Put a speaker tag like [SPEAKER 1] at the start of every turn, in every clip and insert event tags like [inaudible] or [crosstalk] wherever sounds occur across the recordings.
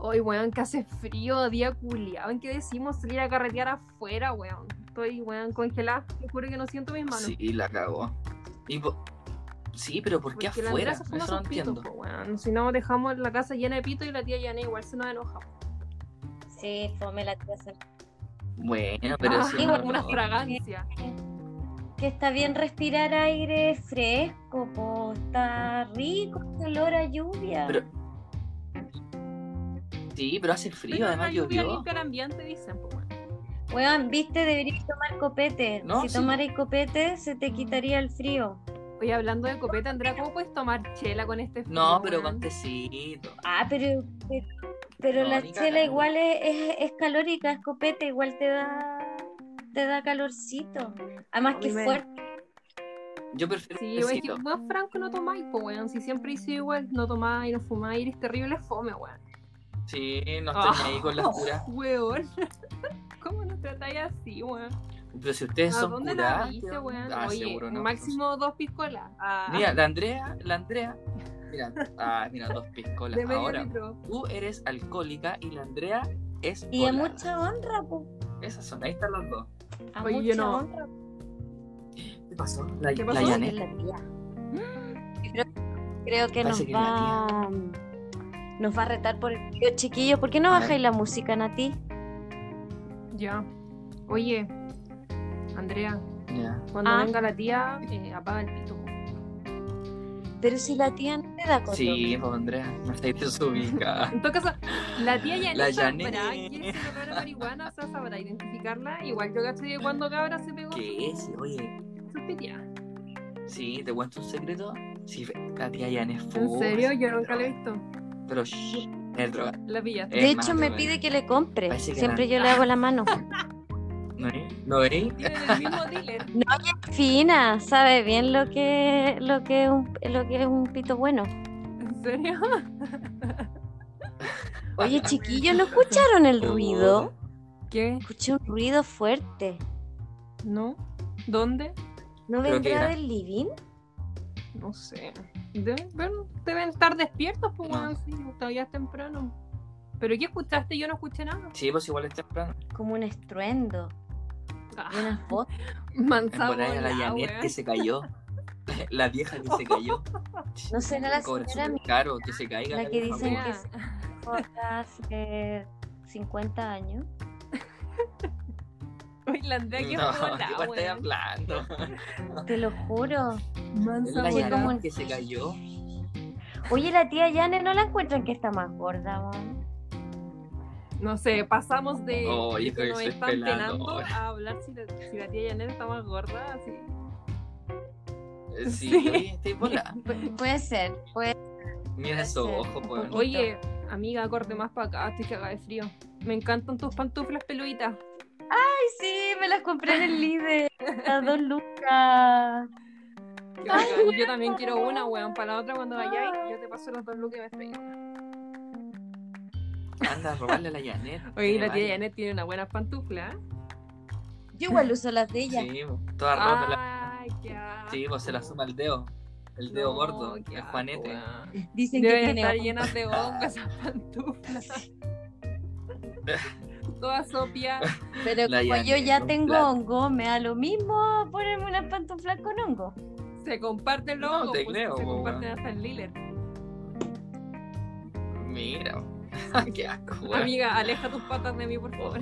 [SPEAKER 1] Hoy, weón, que hace frío, día culiado. ¿En qué decimos salir a carretear afuera, weón? Estoy, weón, congelada. Te juro que no siento mis manos.
[SPEAKER 2] Sí, la cagó. Y po- Sí, pero ¿por qué
[SPEAKER 1] Porque la
[SPEAKER 2] afuera?
[SPEAKER 1] Andrea se fuma
[SPEAKER 2] Eso no
[SPEAKER 1] sus pitos,
[SPEAKER 2] entiendo.
[SPEAKER 1] po, weón. Si no, dejamos la casa llena de pito y la tía Yana igual se nos enoja. po.
[SPEAKER 3] Sí, pues, fome la tía Sol.
[SPEAKER 2] Bueno, pero
[SPEAKER 1] Ah,
[SPEAKER 2] sí.
[SPEAKER 3] igual
[SPEAKER 1] una
[SPEAKER 2] no.
[SPEAKER 1] fragancia.
[SPEAKER 3] Que está bien respirar aire fresco, po. Está rico, el olor a lluvia.
[SPEAKER 2] Pero- Sí, pero hace frío,
[SPEAKER 1] Pero
[SPEAKER 2] además
[SPEAKER 1] la lluvia
[SPEAKER 2] llovió.
[SPEAKER 1] limpia el ambiente, dicen, po, weón.
[SPEAKER 3] Weón, viste, deberías tomar copete.
[SPEAKER 2] No,
[SPEAKER 3] si
[SPEAKER 2] sí.
[SPEAKER 3] tomarais copete, se te quitaría el frío.
[SPEAKER 1] Oye, hablando de copete, Andrea, ¿cómo puedes tomar chela con este frío?
[SPEAKER 2] No, pero
[SPEAKER 1] weón?
[SPEAKER 2] con tecito.
[SPEAKER 3] Ah, pero, pero, pero
[SPEAKER 2] No,
[SPEAKER 3] la
[SPEAKER 2] ni
[SPEAKER 3] chela
[SPEAKER 2] cagando.
[SPEAKER 3] igual es, es, es calórica, es copete, igual te da te da calorcito. Además
[SPEAKER 1] A
[SPEAKER 3] que
[SPEAKER 1] mí me-
[SPEAKER 3] fuerte.
[SPEAKER 2] Yo prefiero
[SPEAKER 1] Sí, weón, es que
[SPEAKER 2] tecito.
[SPEAKER 1] más franco no tomáis, po, weón. Si siempre hice igual, no tomáis, no fumáis, eres terrible fome, weón.
[SPEAKER 2] Sí, no
[SPEAKER 1] Ah.
[SPEAKER 2] estoy ahí con las curas.
[SPEAKER 1] Weón. [laughs] ¿Cómo nos tratáis así, weón?
[SPEAKER 2] Pero si ustedes
[SPEAKER 1] ¿A
[SPEAKER 2] son
[SPEAKER 1] dónde
[SPEAKER 2] curadas,
[SPEAKER 1] la viste,
[SPEAKER 2] tío.
[SPEAKER 1] weón?
[SPEAKER 2] Ah,
[SPEAKER 1] Oye,
[SPEAKER 2] seguro no.
[SPEAKER 1] máximo dos piscolas. Ah,
[SPEAKER 2] Mira, la Andrea, la Andrea. Mira, ah, mira, dos piscolas.
[SPEAKER 1] de medio
[SPEAKER 2] Ahora,
[SPEAKER 1] litro.
[SPEAKER 2] tú eres alcohólica y la Andrea es.
[SPEAKER 3] Y a
[SPEAKER 2] colada.
[SPEAKER 3] mucha honra, po.
[SPEAKER 2] Esas son, ahí están las dos.
[SPEAKER 3] A
[SPEAKER 1] Oye, yo
[SPEAKER 3] mucha
[SPEAKER 1] no-
[SPEAKER 3] honra.
[SPEAKER 2] ¿Qué pasó? La,
[SPEAKER 1] ¿Qué
[SPEAKER 2] la
[SPEAKER 1] pasó?
[SPEAKER 2] Yané.
[SPEAKER 3] Creo, creo que nos
[SPEAKER 2] Parece que la
[SPEAKER 3] va nos va a retar por el frío, chiquillo. ¿Por qué no
[SPEAKER 2] A
[SPEAKER 3] bajáis
[SPEAKER 2] ver.
[SPEAKER 3] la música, Nati?
[SPEAKER 1] Ya. Oye, Andrea,
[SPEAKER 2] Ya.
[SPEAKER 1] cuando
[SPEAKER 3] Ah.
[SPEAKER 1] venga la tía, eh, apaga el pito.
[SPEAKER 3] Pero si la tía no te da con
[SPEAKER 2] Sí, pues Andrea, me estáis desubicada.
[SPEAKER 3] [laughs]
[SPEAKER 1] En todo caso, la tía Yané
[SPEAKER 2] La
[SPEAKER 1] sabrá
[SPEAKER 2] Yané.
[SPEAKER 1] que se logró la marihuana, o sea, sabrá identificarla. Igual yo caché que cuando cabra se pegó
[SPEAKER 2] ¿Qué es? Oye,
[SPEAKER 1] sus pitias.
[SPEAKER 2] sí, te cuento un secreto. Sí, la tía Yané es
[SPEAKER 1] ¿En
[SPEAKER 2] full,
[SPEAKER 1] serio? Yo nunca la he visto.
[SPEAKER 2] Pero shh, es droga.
[SPEAKER 1] La pillaste.
[SPEAKER 3] De
[SPEAKER 2] Es
[SPEAKER 3] hecho,
[SPEAKER 2] más
[SPEAKER 3] me
[SPEAKER 2] droga.
[SPEAKER 3] pide que le compre.
[SPEAKER 2] Parece que
[SPEAKER 3] Siempre yo le hago
[SPEAKER 2] [laughs]
[SPEAKER 3] la mano.
[SPEAKER 2] ¿No es? ¿No es?
[SPEAKER 1] Tienen el mismo dealer.
[SPEAKER 3] Fina, sabe bien lo que, lo que, es un, lo que es un pito bueno.
[SPEAKER 1] ¿En serio?
[SPEAKER 3] Oye, chiquillos, ¿no
[SPEAKER 2] [laughs]
[SPEAKER 3] escucharon el ruido?
[SPEAKER 1] ¿Qué?
[SPEAKER 3] Escuché un ruido fuerte.
[SPEAKER 1] ¿No? ¿Dónde?
[SPEAKER 3] ¿No
[SPEAKER 2] ¿Pero qué
[SPEAKER 3] vendrá
[SPEAKER 2] era?
[SPEAKER 3] del living?
[SPEAKER 1] No sé. Deben, bueno, deben estar despiertos, pues
[SPEAKER 2] No.
[SPEAKER 1] bueno, sí, todavía es temprano. ¿Pero qué escuchaste? Yo no escuché nada.
[SPEAKER 2] Sí, pues igual es temprano.
[SPEAKER 3] Como un estruendo.
[SPEAKER 1] Ah,
[SPEAKER 3] y Unas voces.
[SPEAKER 2] Es
[SPEAKER 1] mansa
[SPEAKER 2] por ahí a la
[SPEAKER 1] volá,
[SPEAKER 2] Janet
[SPEAKER 1] weón.
[SPEAKER 2] que se cayó. [laughs] La vieja que se cayó.
[SPEAKER 3] No será la
[SPEAKER 2] Cobra
[SPEAKER 3] señora
[SPEAKER 2] súper caro que se caiga.
[SPEAKER 3] la que
[SPEAKER 2] vieja,
[SPEAKER 3] dicen
[SPEAKER 2] weón.
[SPEAKER 3] que
[SPEAKER 1] Mira,
[SPEAKER 3] se corta hace 50 años.
[SPEAKER 1] Uy, la Andrea que
[SPEAKER 2] [laughs] No,
[SPEAKER 1] volá,
[SPEAKER 2] igual estoy
[SPEAKER 1] weón.
[SPEAKER 2] hablando.
[SPEAKER 3] Te lo juro.
[SPEAKER 2] Es
[SPEAKER 1] Mansa
[SPEAKER 2] la
[SPEAKER 3] Fue como
[SPEAKER 1] volá.
[SPEAKER 2] Janet
[SPEAKER 3] un-
[SPEAKER 2] que se cayó.
[SPEAKER 3] Oye, la tía Yane, ¿no la encuentran que está más gorda, mon?
[SPEAKER 1] No sé, pasamos de
[SPEAKER 2] Oye,
[SPEAKER 1] que
[SPEAKER 2] estoy
[SPEAKER 1] nos están pelando
[SPEAKER 2] pelando.
[SPEAKER 1] a hablar si la, si la tía Janet está más gorda, así.
[SPEAKER 2] Eh,
[SPEAKER 1] [laughs]
[SPEAKER 2] Sí,
[SPEAKER 1] Sí.
[SPEAKER 2] oye, estoy volada.
[SPEAKER 3] Pu- Puede ser. Puede...
[SPEAKER 2] Mira esos
[SPEAKER 3] Sí.
[SPEAKER 2] ojos, weón.
[SPEAKER 3] Poquito.
[SPEAKER 1] Oye, amiga, corte más para acá, estoy cagada de frío. Me encantan tus pantuflas peluditas.
[SPEAKER 3] Ay, sí, me las compré en el líder. A dos lucas.
[SPEAKER 1] Qué bacán. yo también quiero una, weón, para la otra cuando vayáis. Yo te paso los dos looks que me traí.
[SPEAKER 2] Anda a robarle a la Janet.
[SPEAKER 1] Oye,
[SPEAKER 2] Tiene
[SPEAKER 1] la tía
[SPEAKER 2] varias.
[SPEAKER 1] Janet tiene una buena pantufla. ¿eh?
[SPEAKER 3] Yo igual uso las de ella.
[SPEAKER 2] Sí, bo, toda rota. la-
[SPEAKER 1] Ay, qué asco.
[SPEAKER 2] Sí, pues se la suma el dedo. El dedo
[SPEAKER 1] Ah. No,
[SPEAKER 2] gordo,
[SPEAKER 1] qué
[SPEAKER 2] el
[SPEAKER 1] asco,
[SPEAKER 2] juanete.
[SPEAKER 1] weón.
[SPEAKER 3] Dicen que
[SPEAKER 1] Deben
[SPEAKER 3] tiene
[SPEAKER 1] estar
[SPEAKER 3] hongo.
[SPEAKER 1] llenas de hongo esas
[SPEAKER 2] [laughs]
[SPEAKER 1] pantuflas. Toda sopia.
[SPEAKER 3] Pero
[SPEAKER 2] La
[SPEAKER 3] como yo
[SPEAKER 2] Yane,
[SPEAKER 3] ya
[SPEAKER 2] un
[SPEAKER 3] tengo
[SPEAKER 2] plato.
[SPEAKER 3] hongo, me da lo mismo ponerme unas pantuflas con hongo.
[SPEAKER 1] Se comparten los
[SPEAKER 2] No,
[SPEAKER 1] hongos,
[SPEAKER 2] te
[SPEAKER 1] pues,
[SPEAKER 2] creo,
[SPEAKER 1] se
[SPEAKER 2] po,
[SPEAKER 1] comparten
[SPEAKER 2] weón.
[SPEAKER 1] hasta el líder.
[SPEAKER 2] Mira, bo. qué asco, weón. [laughs] Oh.
[SPEAKER 1] Amiga, aleja tus patas de mí, por favor.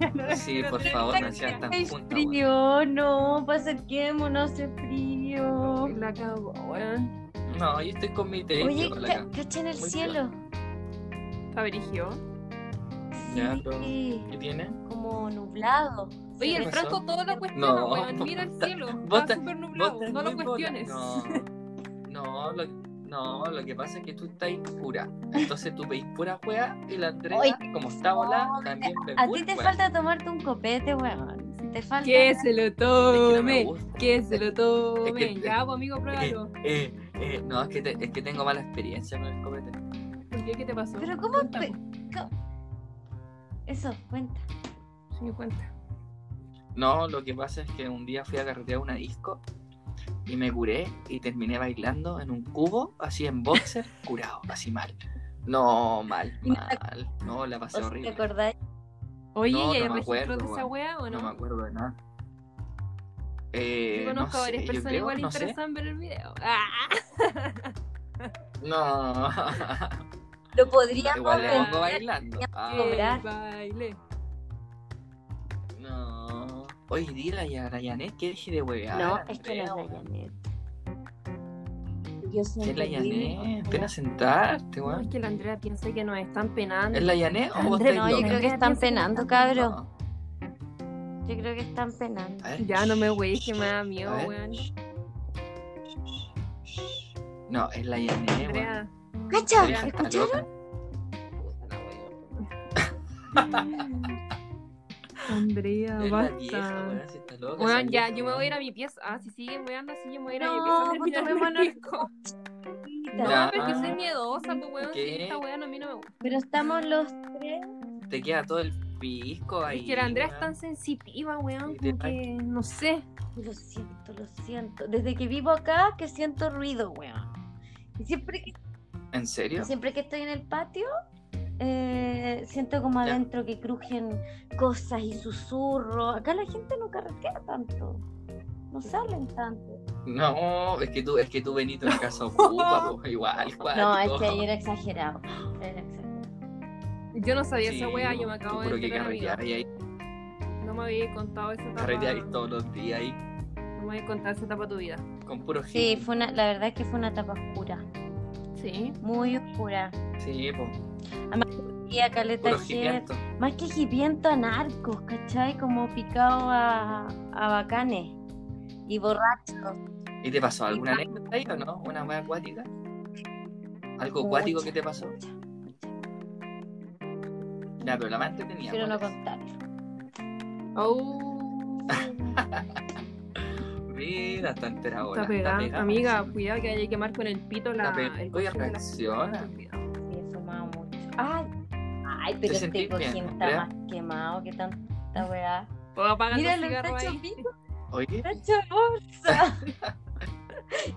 [SPEAKER 1] Ya no
[SPEAKER 2] Sí,
[SPEAKER 1] quiero
[SPEAKER 2] por
[SPEAKER 1] tener
[SPEAKER 2] favor, no
[SPEAKER 1] contacto.
[SPEAKER 2] sean tan
[SPEAKER 3] Hay
[SPEAKER 2] juntas, weón.
[SPEAKER 3] frío, no, pues acerquémonos, hace frío.
[SPEAKER 1] Oh, La cago, weón.
[SPEAKER 2] No, yo estoy con mi té.
[SPEAKER 3] Oye,
[SPEAKER 2] yo con la
[SPEAKER 3] ca-
[SPEAKER 2] cama.
[SPEAKER 3] caché en el
[SPEAKER 2] Muy
[SPEAKER 3] cielo.
[SPEAKER 1] Está brígido.
[SPEAKER 2] Ya,
[SPEAKER 3] Sí,
[SPEAKER 2] ¿Qué tiene?
[SPEAKER 3] como nublado.
[SPEAKER 1] Oye,
[SPEAKER 3] Se
[SPEAKER 1] el
[SPEAKER 3] ve-
[SPEAKER 2] razón.
[SPEAKER 1] Franco todo lo cuestiona,
[SPEAKER 2] No.
[SPEAKER 1] weón. Mira el cielo.
[SPEAKER 2] Vos
[SPEAKER 1] Está
[SPEAKER 2] te-
[SPEAKER 1] súper
[SPEAKER 2] Vos
[SPEAKER 1] nublado.
[SPEAKER 2] estás
[SPEAKER 1] No lo
[SPEAKER 2] muy bola.
[SPEAKER 1] cuestiones.
[SPEAKER 2] No, no, lo, no, lo que pasa es que tú estás pura. Entonces tú veis pura wea y la Andrea,
[SPEAKER 3] Oye,
[SPEAKER 2] como está volada,
[SPEAKER 3] no,
[SPEAKER 2] también ve
[SPEAKER 3] a
[SPEAKER 2] pura
[SPEAKER 3] ti te
[SPEAKER 2] wea.
[SPEAKER 3] falta tomarte un copete, weón. Te falta.
[SPEAKER 1] Que se lo
[SPEAKER 2] Es que no
[SPEAKER 1] tome.
[SPEAKER 2] me gusta.
[SPEAKER 1] Que se lo
[SPEAKER 2] Es que-
[SPEAKER 1] tome. Ya, pues, amigo, pruébalo.
[SPEAKER 2] Eh, eh, no, es que, te- es que tengo mala experiencia con el copete.
[SPEAKER 1] ¿Por qué? ¿Qué te pasó?
[SPEAKER 3] Pero ¿cómo
[SPEAKER 1] Cuenta,
[SPEAKER 3] te-
[SPEAKER 1] po.
[SPEAKER 3] Eso, cuenta.
[SPEAKER 1] Sí, cuenta.
[SPEAKER 2] No, lo que pasa es que un día fui a carretear una disco [laughs] y me curé y terminé bailando en un cubo, así en boxer, curado, así mal. No, mal,
[SPEAKER 3] Y no
[SPEAKER 2] mal. No, la pasé
[SPEAKER 3] ¿Os
[SPEAKER 2] horrible.
[SPEAKER 3] acordáis?
[SPEAKER 1] Oye,
[SPEAKER 2] No,
[SPEAKER 1] ¿y hay
[SPEAKER 2] no me
[SPEAKER 1] registro de
[SPEAKER 2] acuerdo,
[SPEAKER 1] esa
[SPEAKER 2] weón.
[SPEAKER 1] wea o no?
[SPEAKER 2] No me acuerdo de nada. Eh,
[SPEAKER 1] yo conozco
[SPEAKER 2] no
[SPEAKER 1] a varias
[SPEAKER 2] sé, yo
[SPEAKER 1] personas
[SPEAKER 2] creo,
[SPEAKER 1] igual
[SPEAKER 2] no sé.
[SPEAKER 1] interesadas en ver el video. ¡Ah!
[SPEAKER 2] No.
[SPEAKER 3] Lo
[SPEAKER 2] [laughs]
[SPEAKER 3] podríamos
[SPEAKER 2] Igual le
[SPEAKER 1] no,
[SPEAKER 2] pongo
[SPEAKER 1] no.
[SPEAKER 2] bailando. Ah,
[SPEAKER 1] que
[SPEAKER 3] cobrar.
[SPEAKER 1] baile.
[SPEAKER 2] no. Oye, dile a Rayanet que deje de huevear.
[SPEAKER 3] No, es que
[SPEAKER 2] Andrea.
[SPEAKER 3] no es la Janet. Yo
[SPEAKER 2] ¿Qué es
[SPEAKER 3] siempre
[SPEAKER 2] la
[SPEAKER 3] digo-
[SPEAKER 2] Yané? Ven a sentarte,
[SPEAKER 1] No, es
[SPEAKER 2] weón.
[SPEAKER 1] que la Andrea piensa que nos están penando.
[SPEAKER 2] ¿Es la Yané o vos
[SPEAKER 1] Andrea,
[SPEAKER 2] estáis
[SPEAKER 3] No, yo
[SPEAKER 2] loca?
[SPEAKER 3] creo que están penando,
[SPEAKER 2] No,
[SPEAKER 3] cabros.
[SPEAKER 2] no.
[SPEAKER 3] Yo creo que están penando.
[SPEAKER 2] A ver.
[SPEAKER 1] Ya no me güey, que me da miedo,
[SPEAKER 2] [laughs] A ver.
[SPEAKER 1] weón.
[SPEAKER 2] No, es la Yané, weón.
[SPEAKER 1] Andrea.
[SPEAKER 3] ¡Cacha!
[SPEAKER 2] Andrea, está
[SPEAKER 3] ¿Escucharon?
[SPEAKER 2] loca.
[SPEAKER 1] puta la
[SPEAKER 2] [laughs]
[SPEAKER 1] wea. Andrea,
[SPEAKER 2] Es la vieja,
[SPEAKER 1] basta.
[SPEAKER 2] weón, si está loca.
[SPEAKER 1] Bueno,
[SPEAKER 2] esa
[SPEAKER 1] ya,
[SPEAKER 2] vieja,
[SPEAKER 1] yo me voy a ir
[SPEAKER 2] weón.
[SPEAKER 1] a mi pieza. Ah, si siguen weando así, yo me voy a ir a
[SPEAKER 3] No,
[SPEAKER 1] mi
[SPEAKER 3] pues
[SPEAKER 1] pieza.
[SPEAKER 3] tomémonos el
[SPEAKER 1] rico. No,
[SPEAKER 2] Ya.
[SPEAKER 1] pero es que soy miedosa, pues weón. si
[SPEAKER 2] ¿Qué?
[SPEAKER 1] esta weón a mí no me gusta.
[SPEAKER 3] Pero estamos los tres.
[SPEAKER 2] Te queda todo el pisco ahí.
[SPEAKER 1] Es que la Andrea es
[SPEAKER 2] weón.
[SPEAKER 1] tan sensitiva, weón,
[SPEAKER 2] Sí, te
[SPEAKER 1] como que no sé.
[SPEAKER 3] Lo siento, lo siento. Desde que vivo acá que siento ruido, weón. Y siempre que,
[SPEAKER 2] ¿En serio?
[SPEAKER 3] siempre que estoy en el patio, eh, siento como
[SPEAKER 2] Ya.
[SPEAKER 3] adentro que crujen cosas y susurros. Acá la gente no carretea tanto. No salen tanto.
[SPEAKER 2] No, es que tú, es que tú Benito en
[SPEAKER 3] [laughs]
[SPEAKER 2] casa ocupa, po, igual, cual.
[SPEAKER 3] No, es que ahí era exagerado. Era exagerado.
[SPEAKER 1] Yo no sabía esa weá, yo me acabo de
[SPEAKER 2] Seguro que
[SPEAKER 1] enterar. amigo.
[SPEAKER 2] carreteáis ahí,
[SPEAKER 1] No me había contado esa etapa.
[SPEAKER 2] carreteáis todos los días ahí,
[SPEAKER 1] No me había contado esa etapa de tu vida.
[SPEAKER 2] con puro
[SPEAKER 3] Sí,
[SPEAKER 2] hit.
[SPEAKER 3] fue una, la verdad es que fue una etapa oscura.
[SPEAKER 1] Sí.
[SPEAKER 3] Muy oscura.
[SPEAKER 2] Sí, po,
[SPEAKER 3] Y a caleta
[SPEAKER 2] puro
[SPEAKER 3] gente.
[SPEAKER 2] hipiento.
[SPEAKER 3] Más que hipiento a narcos, ¿cachai? Como picado a, a bacanes y borrachos.
[SPEAKER 2] ¿Y te pasó alguna anécdota ahí o no? ¿Una wea acuática? ¿Algo acuático que te pasó? Ya, pero la más entretenida.
[SPEAKER 3] Prefiero no
[SPEAKER 2] ¿cuál
[SPEAKER 3] contar.
[SPEAKER 2] [laughs]
[SPEAKER 1] Oh.
[SPEAKER 2] es? Mira, está entera ahora.
[SPEAKER 1] Está pegada,
[SPEAKER 2] pegada,
[SPEAKER 1] amiga.
[SPEAKER 2] sí.
[SPEAKER 1] Cuidado que hay que quemar con el pito la.
[SPEAKER 2] Está pegada.
[SPEAKER 1] el
[SPEAKER 2] Oye,
[SPEAKER 1] cojín de la-
[SPEAKER 2] reacciona.
[SPEAKER 1] Cuidado.
[SPEAKER 3] Sí, he fumado mucho. Ay, ay pero
[SPEAKER 2] ¿Te
[SPEAKER 3] este
[SPEAKER 2] sentís bien,
[SPEAKER 3] cojín está
[SPEAKER 2] Andrea?
[SPEAKER 3] más quemado que tanta weá.
[SPEAKER 1] Puedo apagar
[SPEAKER 3] Mira,
[SPEAKER 1] los
[SPEAKER 3] lo está
[SPEAKER 1] cigarros
[SPEAKER 3] hecho
[SPEAKER 1] ahí.
[SPEAKER 3] pico,
[SPEAKER 2] Oye,
[SPEAKER 3] está hecho bolsa.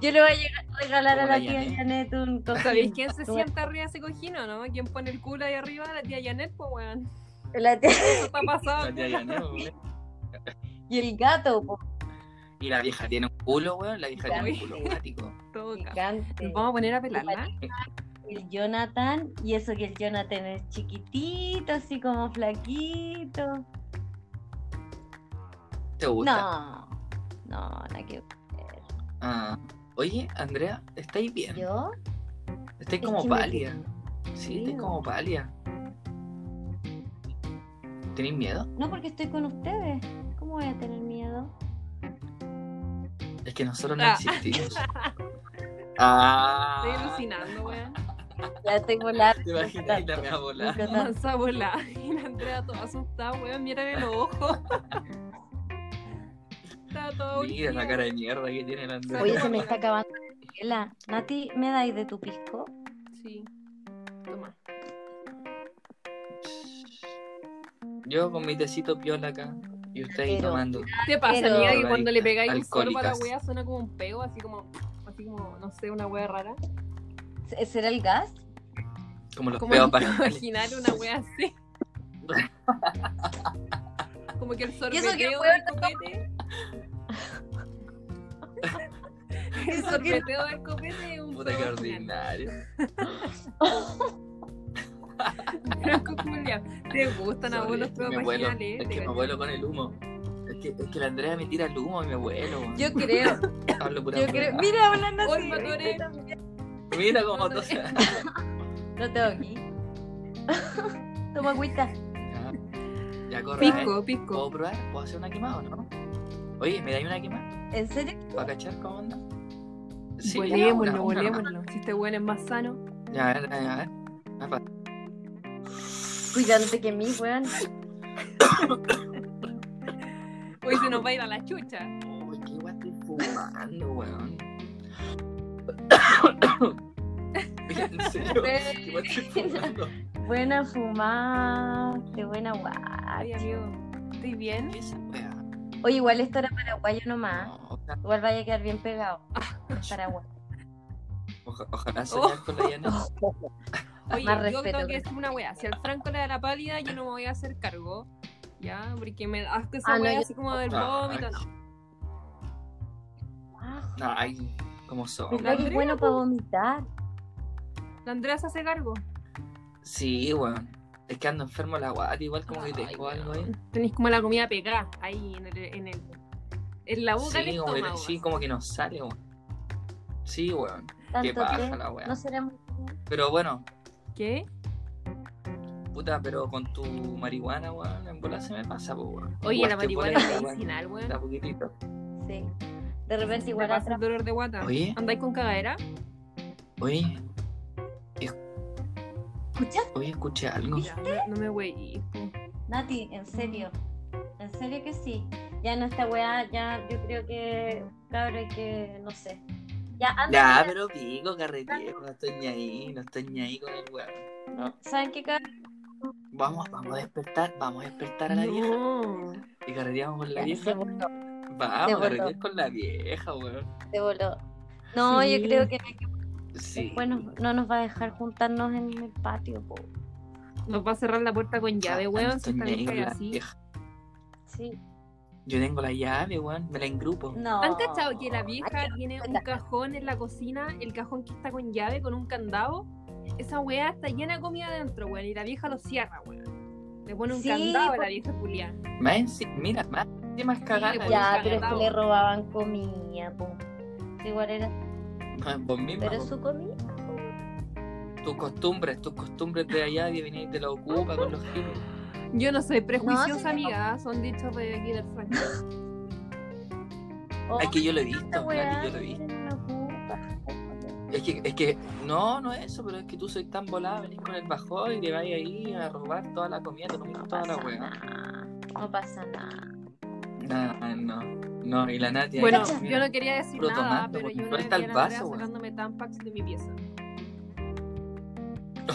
[SPEAKER 3] Yo le voy a llegar a regalar a
[SPEAKER 2] Como
[SPEAKER 3] la
[SPEAKER 2] la
[SPEAKER 3] tía
[SPEAKER 2] Janet.
[SPEAKER 3] Janet un
[SPEAKER 1] [laughs] ¿Sabéis
[SPEAKER 3] cojín.
[SPEAKER 1] quién
[SPEAKER 3] [laughs]
[SPEAKER 1] se
[SPEAKER 3] Tú-
[SPEAKER 1] sienta arriba de ese cojín o no? ¿Quién pone el culo ahí arriba? La tía Janet, pues weón. [laughs]
[SPEAKER 3] La tía-
[SPEAKER 1] Eso está pasado.
[SPEAKER 2] la tía
[SPEAKER 1] [laughs]
[SPEAKER 2] Yané, weón.
[SPEAKER 3] Y el gato, po,
[SPEAKER 2] Y la vieja tiene un culo, weón. La vieja tiene un culo
[SPEAKER 3] Uy.
[SPEAKER 2] acuático.
[SPEAKER 1] Todo caso.
[SPEAKER 3] gigante.
[SPEAKER 1] Nos vamos a poner a pelarla.
[SPEAKER 3] El Jonathan, y eso que el Jonathan es chiquitito, así como flaquito.
[SPEAKER 2] ¿Te gusta?
[SPEAKER 3] No, no, nada que
[SPEAKER 2] Ah, oye, Andrea, ¿estáis bien?
[SPEAKER 3] yo.
[SPEAKER 2] Estáis
[SPEAKER 3] Es
[SPEAKER 2] como
[SPEAKER 3] que me-
[SPEAKER 2] pálida. Sí, estáis
[SPEAKER 3] Miedo.
[SPEAKER 2] como pálida. ¿Tenéis miedo?
[SPEAKER 3] No, porque estoy con ustedes. ¿Cómo voy a tener miedo?
[SPEAKER 2] Es que nosotros no
[SPEAKER 1] Ah. [laughs]
[SPEAKER 2] existimos. Ah.
[SPEAKER 1] Estoy alucinando, weón.
[SPEAKER 3] Ya tengo la.
[SPEAKER 2] ¿Te imaginas? Y la mea volada.
[SPEAKER 1] [laughs]
[SPEAKER 3] Nunca tanto.
[SPEAKER 1] Mansa volá. Y la Andrea toda asustada, weón. Mírale los ojos. Está todo
[SPEAKER 2] Mira la
[SPEAKER 1] urgida.
[SPEAKER 2] cara de mierda que tiene la Andrea.
[SPEAKER 3] Oye, se me está acabando la chela. Nati, ¿me dais de tu pisco?
[SPEAKER 1] Sí. Toma.
[SPEAKER 2] Yo con mi tecito piola acá. Y usted ahí
[SPEAKER 3] Pero-
[SPEAKER 2] tomando.
[SPEAKER 1] ¿Te pasa,
[SPEAKER 3] Pero-
[SPEAKER 1] amiga, que cuando le pegáis un sorbo a la
[SPEAKER 2] Alcohólicas.
[SPEAKER 1] wea suena como un pego, así como, así como, no sé, una wea
[SPEAKER 2] [laughs]
[SPEAKER 1] rara?
[SPEAKER 3] ¿Se- ¿E-, ¿Será el gas?
[SPEAKER 2] Como los
[SPEAKER 1] Como
[SPEAKER 2] peos
[SPEAKER 1] que
[SPEAKER 2] para.
[SPEAKER 1] imaginar una wea
[SPEAKER 2] [laughs]
[SPEAKER 1] así. Como que el
[SPEAKER 3] que el
[SPEAKER 1] sorbeteo del
[SPEAKER 3] weón
[SPEAKER 1] copete. El
[SPEAKER 3] Eso que-
[SPEAKER 1] sorbeteo del copete es un
[SPEAKER 2] Puta que
[SPEAKER 1] sorbo gigante.
[SPEAKER 2] ordinario.
[SPEAKER 1] Pero, Julia, ¿Te gustan a vos
[SPEAKER 2] Sorry,
[SPEAKER 1] los
[SPEAKER 2] es que
[SPEAKER 1] pedos
[SPEAKER 2] me vuelo,
[SPEAKER 1] vaginales?
[SPEAKER 2] es que me vuelo con el humo. Es que, es que la Andrea me tira el humo y me vuelo.
[SPEAKER 3] Yo [laughs] creo,
[SPEAKER 2] Hablo pura
[SPEAKER 3] yo
[SPEAKER 2] hueá.
[SPEAKER 3] creo. Mira, hola Nati.
[SPEAKER 1] Hoy matoré.
[SPEAKER 2] Mira cómo
[SPEAKER 1] No, no.
[SPEAKER 2] tos. Ya.
[SPEAKER 3] No tengo aquí. Toma agüita.
[SPEAKER 2] Ya corra, ¿eh?
[SPEAKER 1] Pisco,
[SPEAKER 2] ¿Puedo
[SPEAKER 1] pisco.
[SPEAKER 2] probar? ¿Puedo hacer una quemada o no? Oye, ¿me dais una quemada?
[SPEAKER 3] ¿En serio?
[SPEAKER 2] ¿Para cachar cómo onda? una,
[SPEAKER 1] Volémoslo,
[SPEAKER 2] una,
[SPEAKER 1] volémoslo. Si este weón es más sano.
[SPEAKER 2] una. Ya, a ver, a ver. Apa.
[SPEAKER 3] Cuidándote que mí, weón.
[SPEAKER 1] Hoy [laughs] se nos va a ir a la chucha.
[SPEAKER 2] Uy, qué guay estoy fumando, weón.
[SPEAKER 1] [laughs]
[SPEAKER 2] ¿En serio? ¿Qué guay estoy fumando?
[SPEAKER 3] Buena fumar, de buena guay.
[SPEAKER 1] Ay, amigo. ¿Estoy bien?
[SPEAKER 2] ¿Qué es esa weá?
[SPEAKER 3] Oye, igual esto era paraguayo
[SPEAKER 1] Ah.
[SPEAKER 3] nomás.
[SPEAKER 2] No, o sea,
[SPEAKER 3] Igual vaya a quedar bien Ah. [laughs] pegado. Paraguay.
[SPEAKER 1] Oh.
[SPEAKER 2] oja- ojalá se con la llana.
[SPEAKER 1] Oye,
[SPEAKER 3] Más
[SPEAKER 1] yo
[SPEAKER 3] respeto,
[SPEAKER 1] creo que
[SPEAKER 3] creo.
[SPEAKER 1] es una wea. Si al Franco le da la pálida, yo no me voy a hacer cargo. Ya, porque me da asco esa
[SPEAKER 3] Ah, no,
[SPEAKER 1] wea
[SPEAKER 3] yo-
[SPEAKER 1] así como del
[SPEAKER 2] Ah,
[SPEAKER 1] vómito. No.
[SPEAKER 3] Ah,
[SPEAKER 2] Ay, como son.
[SPEAKER 3] ¿Verdad que es
[SPEAKER 1] Andrea,
[SPEAKER 3] bueno para vomitar?
[SPEAKER 1] La Andrea se hace cargo.
[SPEAKER 2] Sí, weón. Es que ando enfermo la guata, igual como que tengo algo ahí.
[SPEAKER 1] Tenéis como la comida pegada ahí en el, en el en la boca del
[SPEAKER 2] Sí, como que,
[SPEAKER 1] estómago.
[SPEAKER 2] sí, como que no sale, weón. Sí, weón.
[SPEAKER 3] Tanto
[SPEAKER 2] paja
[SPEAKER 3] que
[SPEAKER 2] la wea.
[SPEAKER 3] no será muy bien.
[SPEAKER 2] Pero bueno,
[SPEAKER 1] ¿Qué?
[SPEAKER 2] puta, pero con tu marihuana, weón, en bola se me pasa, po, weón.
[SPEAKER 1] Oye,
[SPEAKER 2] Igual
[SPEAKER 1] la
[SPEAKER 2] te
[SPEAKER 1] marihuana
[SPEAKER 2] pone la
[SPEAKER 1] es
[SPEAKER 2] weá-
[SPEAKER 1] medicinal, weón.
[SPEAKER 2] Da poquitito.
[SPEAKER 3] Sí. De repente
[SPEAKER 1] ¿Te
[SPEAKER 3] igual
[SPEAKER 1] pasa
[SPEAKER 3] atrás.
[SPEAKER 1] el dolor de guata?
[SPEAKER 2] Oye.
[SPEAKER 1] ¿Andáis con cagadera?
[SPEAKER 2] Oye,
[SPEAKER 3] ¿Escuchaste,
[SPEAKER 2] oye, escuché algo.
[SPEAKER 1] Mira, no, no me wey.
[SPEAKER 3] Nati? En serio.
[SPEAKER 1] Mm.
[SPEAKER 3] En serio que sí. Ya no esta weá, ya yo creo que. Cabrón, que. No sé. Ya anda.
[SPEAKER 2] Ya,
[SPEAKER 3] mira.
[SPEAKER 2] pero pico, carretero, no estoy ni ahí, no estoy ni ahí con el weón.
[SPEAKER 3] No, ¿Saben qué, cabrón?
[SPEAKER 2] Vamos, vamos a despertar, vamos a despertar a la vieja.
[SPEAKER 1] No.
[SPEAKER 2] Y carreteamos con la
[SPEAKER 3] Ya, Se
[SPEAKER 2] vieja.
[SPEAKER 3] voló. [laughs]
[SPEAKER 2] Vamos,
[SPEAKER 3] voló.
[SPEAKER 2] carretear con la vieja, weón.
[SPEAKER 3] Se voló. No,
[SPEAKER 1] Sí.
[SPEAKER 3] yo creo que no hay que-
[SPEAKER 2] Sí.
[SPEAKER 3] bueno, no nos va a dejar juntarnos en el patio. po.
[SPEAKER 1] Nos va a cerrar la puerta con llave,
[SPEAKER 2] No
[SPEAKER 1] weón. Si
[SPEAKER 2] Ah, estoy
[SPEAKER 1] esta
[SPEAKER 2] ni ahí
[SPEAKER 1] vieja
[SPEAKER 2] con
[SPEAKER 1] es
[SPEAKER 2] la
[SPEAKER 1] así.
[SPEAKER 2] vieja.
[SPEAKER 3] Sí.
[SPEAKER 2] Yo tengo la llave, weón, me la engrupo.
[SPEAKER 3] No.
[SPEAKER 1] ¿Han cachado que la vieja
[SPEAKER 3] Ay,
[SPEAKER 1] tiene un
[SPEAKER 3] cuenta.
[SPEAKER 1] cajón en la cocina, el cajón que está con llave, con un candado? Esa weá está llena de comida adentro, weón, y la vieja lo cierra, weón. Le pone un
[SPEAKER 3] Sí, pues.
[SPEAKER 1] candado a la
[SPEAKER 3] por-
[SPEAKER 1] vieja Julián.
[SPEAKER 2] Más enci- mira, más encima es cagada.
[SPEAKER 1] Mm. pues,
[SPEAKER 2] weón.
[SPEAKER 3] Ya,
[SPEAKER 1] Está
[SPEAKER 3] pero es que
[SPEAKER 1] cagado.
[SPEAKER 3] le robaban comida, po. Igual era,
[SPEAKER 2] No, Ah, Vos misma,
[SPEAKER 3] pero
[SPEAKER 2] vos-
[SPEAKER 3] su comida. po.
[SPEAKER 2] tus costumbres, tus costumbres de allá que venís de la ocupa con los giros.
[SPEAKER 1] Yo no soy prejuiciosa,
[SPEAKER 3] No, sí, no.
[SPEAKER 1] amiga, son dichos de aquí del Franco.
[SPEAKER 3] Oh,
[SPEAKER 2] Es que yo lo he
[SPEAKER 3] esta
[SPEAKER 2] visto,
[SPEAKER 3] weá,
[SPEAKER 2] Nati, yo lo he visto.
[SPEAKER 3] me ocupa.
[SPEAKER 2] Es que, es que, no, no es eso, pero es que tú soy tan volada, venís con el bajón y te vas ahí a robar toda la comida, te comiste
[SPEAKER 3] No
[SPEAKER 2] toda la
[SPEAKER 3] pasa
[SPEAKER 2] weá.
[SPEAKER 3] nada. No pasa nada.
[SPEAKER 2] No, no, no, y la Nati ahí,
[SPEAKER 1] Bueno,
[SPEAKER 2] mira,
[SPEAKER 1] yo no quería decir
[SPEAKER 2] Puro
[SPEAKER 1] nada,
[SPEAKER 2] tomate,
[SPEAKER 1] pero
[SPEAKER 2] porque
[SPEAKER 1] yo una vez
[SPEAKER 2] suelta
[SPEAKER 1] vi
[SPEAKER 2] el
[SPEAKER 1] a la Andrea
[SPEAKER 2] vaso, weón.
[SPEAKER 1] sacándome tampax de mi pieza.
[SPEAKER 2] [laughs]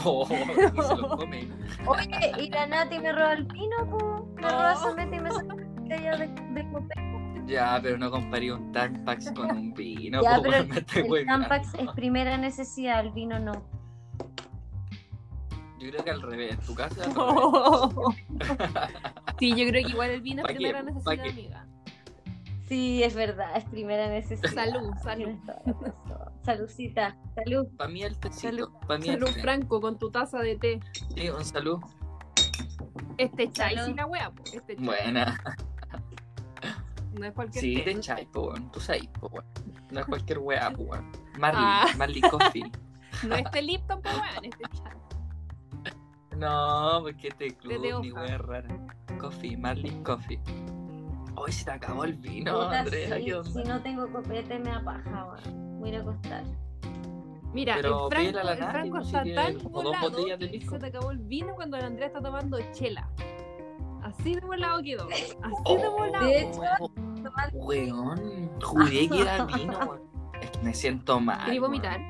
[SPEAKER 2] Oh, y
[SPEAKER 3] [laughs]
[SPEAKER 2] se lo come.
[SPEAKER 3] Oye, y la Nati me roba el pino, po. Me roba esa meta y me saca el callo de, de copete.
[SPEAKER 2] [laughs] Ya, pero no comparí un Tampax con un vino,
[SPEAKER 3] [laughs]
[SPEAKER 2] [laughs]
[SPEAKER 3] Ya,
[SPEAKER 2] po,
[SPEAKER 3] pero
[SPEAKER 2] weón, me estoy
[SPEAKER 3] El
[SPEAKER 2] hueveando.
[SPEAKER 3] Tampax es primera necesidad, el vino no.
[SPEAKER 2] Yo creo que al revés, en tu casa. al revés.
[SPEAKER 1] [laughs] sí, yo creo que igual el vino es
[SPEAKER 2] Pa' qué,
[SPEAKER 1] primera
[SPEAKER 2] pa'
[SPEAKER 1] necesidad,
[SPEAKER 2] qué.
[SPEAKER 1] amiga.
[SPEAKER 3] Sí, es verdad, es primera necesidad.
[SPEAKER 1] Salud, salud.
[SPEAKER 3] Tienes toda la razón. Saludcita, salud.
[SPEAKER 2] Pa' mí el
[SPEAKER 1] Salud.
[SPEAKER 2] tecito, pa' mí el
[SPEAKER 1] Salud,
[SPEAKER 2] té.
[SPEAKER 1] Franco, con tu taza de té.
[SPEAKER 2] Sí, un salud.
[SPEAKER 1] Este chai
[SPEAKER 3] Salud.
[SPEAKER 1] sin la wea, po. Este chai.
[SPEAKER 2] Buena.
[SPEAKER 1] No es cualquier
[SPEAKER 2] Sí,
[SPEAKER 1] té.
[SPEAKER 2] te echáis, po, weón. Tú sabes, po, weón. No es cualquier weá, po, weón. Marley,
[SPEAKER 1] Ah.
[SPEAKER 2] Marley Coffee.
[SPEAKER 1] No este Lipton, pues weón, este chai.
[SPEAKER 2] No,
[SPEAKER 1] [laughs]
[SPEAKER 2] porque este club,
[SPEAKER 1] de
[SPEAKER 2] ni
[SPEAKER 1] hoja.
[SPEAKER 2] weá rara. Coffee, Marley Coffee. Hoy se te acabó el vino,
[SPEAKER 3] Puta,
[SPEAKER 2] Andrea,
[SPEAKER 3] sí,
[SPEAKER 2] ¿qué onda?
[SPEAKER 3] si no tengo copete me apaja, weón. Voy a ir a acostar.
[SPEAKER 1] Mira,
[SPEAKER 2] Pero
[SPEAKER 1] el Franco,
[SPEAKER 2] pídela a la
[SPEAKER 1] el
[SPEAKER 2] Nati,
[SPEAKER 1] Franco
[SPEAKER 2] pues,
[SPEAKER 1] está
[SPEAKER 2] si
[SPEAKER 1] tan
[SPEAKER 2] tiene como dos
[SPEAKER 1] volado
[SPEAKER 2] botellas de
[SPEAKER 1] que
[SPEAKER 2] pisco.
[SPEAKER 1] se te acabó el vino cuando la Andrea está tomando chela. Así de volado quedó. Así de
[SPEAKER 2] Oh,
[SPEAKER 1] volado.
[SPEAKER 3] De hecho,
[SPEAKER 2] weón, juré que era vino, weón. Es que me siento mal.
[SPEAKER 1] ¿Queréis
[SPEAKER 2] weón.
[SPEAKER 1] vomitar?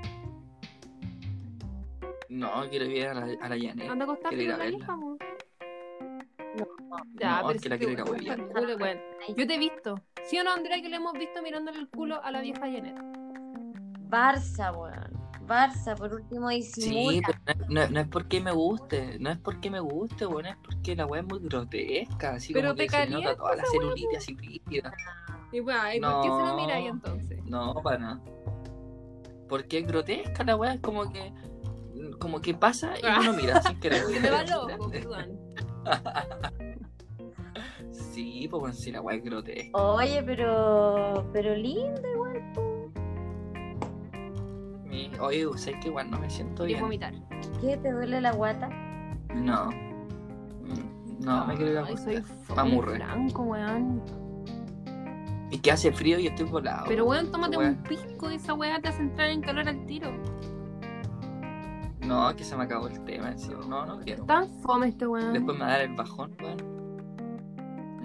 [SPEAKER 2] No, quiero ir a la, a la Janet.
[SPEAKER 1] Anda a acostarte
[SPEAKER 2] Quiero
[SPEAKER 1] con la
[SPEAKER 2] ir a verla.
[SPEAKER 1] vieja, mo.
[SPEAKER 2] No,
[SPEAKER 1] Ya,
[SPEAKER 2] es
[SPEAKER 1] pero
[SPEAKER 2] que
[SPEAKER 1] si
[SPEAKER 2] la
[SPEAKER 1] te
[SPEAKER 2] quiero ir a
[SPEAKER 1] gustan
[SPEAKER 2] huevear.
[SPEAKER 1] los culos, weón. Yo te he visto. ¿Sí o no, Andrea, que le hemos visto mirándole el culo a la vieja Janet?
[SPEAKER 3] Barça, weón. Barça, por último
[SPEAKER 2] Sí,
[SPEAKER 3] disimula.
[SPEAKER 2] pero no, no- no es porque me guste, no es porque me guste, bueno, es porque la weá es muy grotesca, así
[SPEAKER 1] Pero
[SPEAKER 2] como que
[SPEAKER 1] te
[SPEAKER 2] se nota
[SPEAKER 1] calienta
[SPEAKER 2] toda la
[SPEAKER 1] esa weá,
[SPEAKER 2] celulitis así rígida.
[SPEAKER 1] Y weón, ¿y por qué se lo
[SPEAKER 2] No.
[SPEAKER 1] mira ahí entonces?
[SPEAKER 2] No, para nada. Porque es grotesca la weá, es como que como que pasa y
[SPEAKER 1] [laughs]
[SPEAKER 2] uno mira sin querer.
[SPEAKER 1] Se me va loco,
[SPEAKER 2] [laughs]
[SPEAKER 1] weón.
[SPEAKER 2] Sí, pues bueno, sí, la weá es grotesca.
[SPEAKER 3] Oye, pero. Pero lindo igual, po.
[SPEAKER 2] Mi- Oye, ¿sabes que igual no me siento
[SPEAKER 1] Queréis
[SPEAKER 2] bien?
[SPEAKER 1] vomitar.
[SPEAKER 3] ¿Qué? ¿Te duele la guata?
[SPEAKER 2] No. Mm, No, me quiero ir a
[SPEAKER 1] Ay,
[SPEAKER 2] acostar.
[SPEAKER 1] soy
[SPEAKER 2] Mamurre.
[SPEAKER 1] franco, weón.
[SPEAKER 2] Y que hace frío y estoy volado.
[SPEAKER 1] Pero weón, tómate
[SPEAKER 2] Weón.
[SPEAKER 1] un pisco esa weá te hace entrar en calor al tiro.
[SPEAKER 2] No, que se me acabó el tema. en serio. No, no quiero.
[SPEAKER 1] Tan fome este weón.
[SPEAKER 2] Después me va a dar el bajón, weón.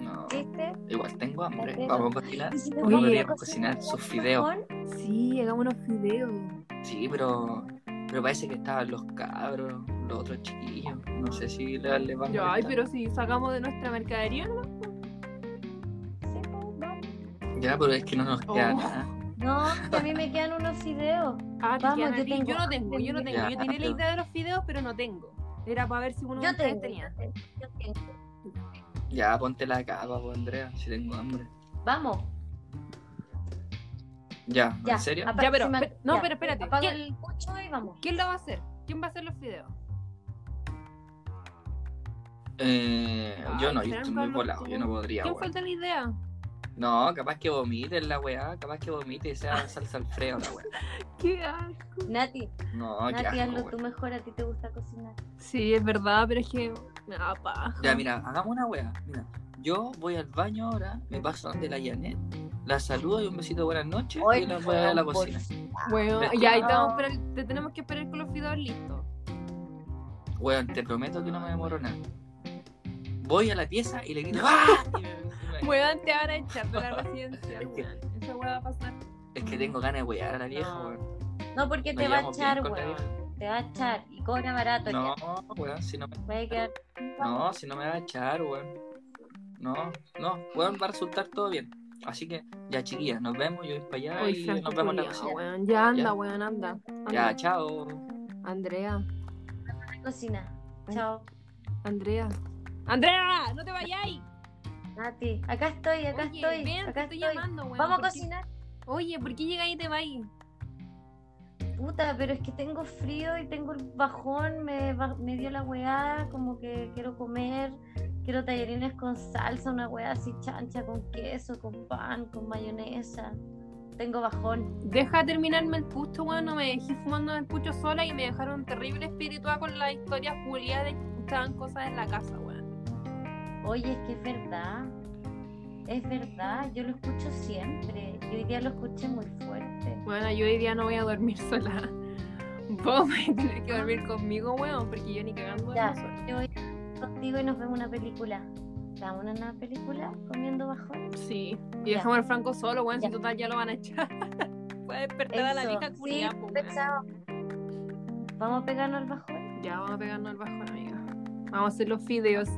[SPEAKER 2] No,
[SPEAKER 3] ¿Viste?
[SPEAKER 2] igual tengo hambre.
[SPEAKER 3] Pero-
[SPEAKER 2] Vamos a cocinar.
[SPEAKER 3] Y si
[SPEAKER 1] Oye,
[SPEAKER 3] no
[SPEAKER 2] podríamos cocinar sus fideos.
[SPEAKER 1] Sí, hagamos unos fideos.
[SPEAKER 2] Sí, pero, pero parece que estaban los cabros, los otros chiquillos. No sé si le, le van a
[SPEAKER 1] Ya, ay,
[SPEAKER 2] molestar.
[SPEAKER 1] pero si sacamos de nuestra mercadería, ¿no?
[SPEAKER 3] Sí, po, vamos.
[SPEAKER 2] Ya, pero es que no nos queda
[SPEAKER 1] Oh.
[SPEAKER 2] nada.
[SPEAKER 3] No, que a mí me quedan unos fideos.
[SPEAKER 1] Ah, te
[SPEAKER 3] Vamos,
[SPEAKER 1] quedan
[SPEAKER 3] yo
[SPEAKER 1] a ti.
[SPEAKER 3] tengo.
[SPEAKER 1] yo no tengo, yo no tengo. Yo
[SPEAKER 2] Ya.
[SPEAKER 1] tenía la idea de los fideos, pero no tengo. Era para ver si uno de
[SPEAKER 3] Yo
[SPEAKER 1] ustedes
[SPEAKER 3] tengo,
[SPEAKER 1] tenía.
[SPEAKER 3] yo tengo.
[SPEAKER 2] Ya, ponte la capa, po, Andrea, si tengo hambre.
[SPEAKER 3] Vamos,
[SPEAKER 2] Ya,
[SPEAKER 3] ya.
[SPEAKER 2] ¿en serio?
[SPEAKER 3] apaga-
[SPEAKER 1] Ya, pero-
[SPEAKER 3] se me-
[SPEAKER 1] pero- no,
[SPEAKER 3] ya.
[SPEAKER 1] pero espérate,
[SPEAKER 3] Apaga
[SPEAKER 1] ¿quién-
[SPEAKER 3] el pucho y vamos.
[SPEAKER 1] ¿Quién lo va a hacer? ¿Quién va a hacer los fideos?
[SPEAKER 2] Eh, yo
[SPEAKER 1] Ay,
[SPEAKER 2] no, yo
[SPEAKER 1] Fran,
[SPEAKER 2] estoy muy
[SPEAKER 1] Pablo,
[SPEAKER 2] volado, yo no podría,
[SPEAKER 1] ¿Quién
[SPEAKER 2] weón.
[SPEAKER 1] fue el de la idea?
[SPEAKER 2] No, capaz que vomite la weá, capaz que vomite y sea salsa Alfredo la weá.
[SPEAKER 1] ¿Qué asco.
[SPEAKER 3] Nati,
[SPEAKER 2] No, qué
[SPEAKER 3] Nati,
[SPEAKER 2] asco,
[SPEAKER 3] hazlo tú
[SPEAKER 2] weón.
[SPEAKER 3] mejor, a ti te gusta cocinar.
[SPEAKER 1] Sí, es verdad, pero es que me da paja.
[SPEAKER 2] Ya, mira, hagamos una weá. Mira, yo voy al baño ahora, me paso donde la Janet, la saludo y un besito buenas noches y nos voy a la
[SPEAKER 3] por
[SPEAKER 2] cocina.
[SPEAKER 1] Bueno,
[SPEAKER 2] Pero es que
[SPEAKER 1] ya, ahí
[SPEAKER 3] no.
[SPEAKER 1] te, vamos a esperar- te tenemos que esperar con los fideos listos.
[SPEAKER 2] Weón, te prometo que no me demoro nada. Voy a la pieza y le grito ¡Ah!
[SPEAKER 3] [laughs]
[SPEAKER 2] Y me- y me-
[SPEAKER 1] Weón, te van a echar de la residencia,
[SPEAKER 2] Es que-
[SPEAKER 1] weón. Esa weá va a pasar.
[SPEAKER 2] Es que tengo ganas de wear a la vieja,
[SPEAKER 3] No,
[SPEAKER 2] weón.
[SPEAKER 3] No, porque
[SPEAKER 2] Nos
[SPEAKER 3] te va a
[SPEAKER 2] llevamos bien
[SPEAKER 3] echar,
[SPEAKER 2] con la
[SPEAKER 3] weón. Te va a echar y cobra barato.
[SPEAKER 2] No,
[SPEAKER 3] ya.
[SPEAKER 2] weón, si no me,
[SPEAKER 3] Voy a quedar.
[SPEAKER 2] no, si no me va a echar, weón. No, no, weón, va a resultar todo bien. Así que, ya chiquillas, nos vemos, yo voy para allá
[SPEAKER 1] Uy,
[SPEAKER 2] y
[SPEAKER 1] Franco
[SPEAKER 2] nos vemos en la
[SPEAKER 1] culiao,
[SPEAKER 2] cocina.
[SPEAKER 1] weón. Ya anda,
[SPEAKER 2] Ya.
[SPEAKER 1] weón, anda. anda.
[SPEAKER 2] Ya, chao.
[SPEAKER 1] Andrea,
[SPEAKER 3] Cocina. Chao.
[SPEAKER 1] Andrea. ¡Andrea! ¡No te vayáis!
[SPEAKER 3] Nati, acá estoy, acá
[SPEAKER 1] Oye,
[SPEAKER 3] estoy.
[SPEAKER 1] ven,
[SPEAKER 3] acá
[SPEAKER 1] te
[SPEAKER 3] estoy.
[SPEAKER 1] estoy llamando, weón.
[SPEAKER 3] Vamos a
[SPEAKER 1] ¿por qué-
[SPEAKER 3] cocinar.
[SPEAKER 1] Oye, ¿por qué llegáis y te vais?
[SPEAKER 3] Puta, pero es que tengo frío y tengo el bajón, me, ba- me dio la weá, como que quiero comer, quiero tallarines con salsa, una weá así chancha, con queso, con pan, con mayonesa. Tengo bajón.
[SPEAKER 1] Deja de terminarme el pucho, weón. No me dejé fumando el pucho sola y me dejaron terrible espiritual con la historia Julia de que estaban cosas en la casa, weón.
[SPEAKER 3] Oye, es que es verdad, es verdad, yo lo escucho siempre, yo hoy día lo escuché muy fuerte.
[SPEAKER 1] Bueno, yo hoy día no voy a dormir [laughs] sola. Vos vais a tener que dormir conmigo, weón, porque yo ni cagando
[SPEAKER 3] Ya,
[SPEAKER 1] duermo sola.
[SPEAKER 3] yo voy contigo y nos vemos una película. ¿Vamos a una película comiendo bajón?
[SPEAKER 1] Sí. Y
[SPEAKER 3] Ya.
[SPEAKER 1] dejamos al Franco solo, weón. Si
[SPEAKER 3] Ya.
[SPEAKER 1] en total ya lo van a echar. [laughs] Puede despertar a la
[SPEAKER 3] Eso,
[SPEAKER 1] vieja
[SPEAKER 3] sí,
[SPEAKER 1] culia, pues,
[SPEAKER 3] pensado. Vamos a pegarnos al bajón.
[SPEAKER 1] Ya, vamos a pegarnos el bajón, amiga. Vamos a hacer los fideos.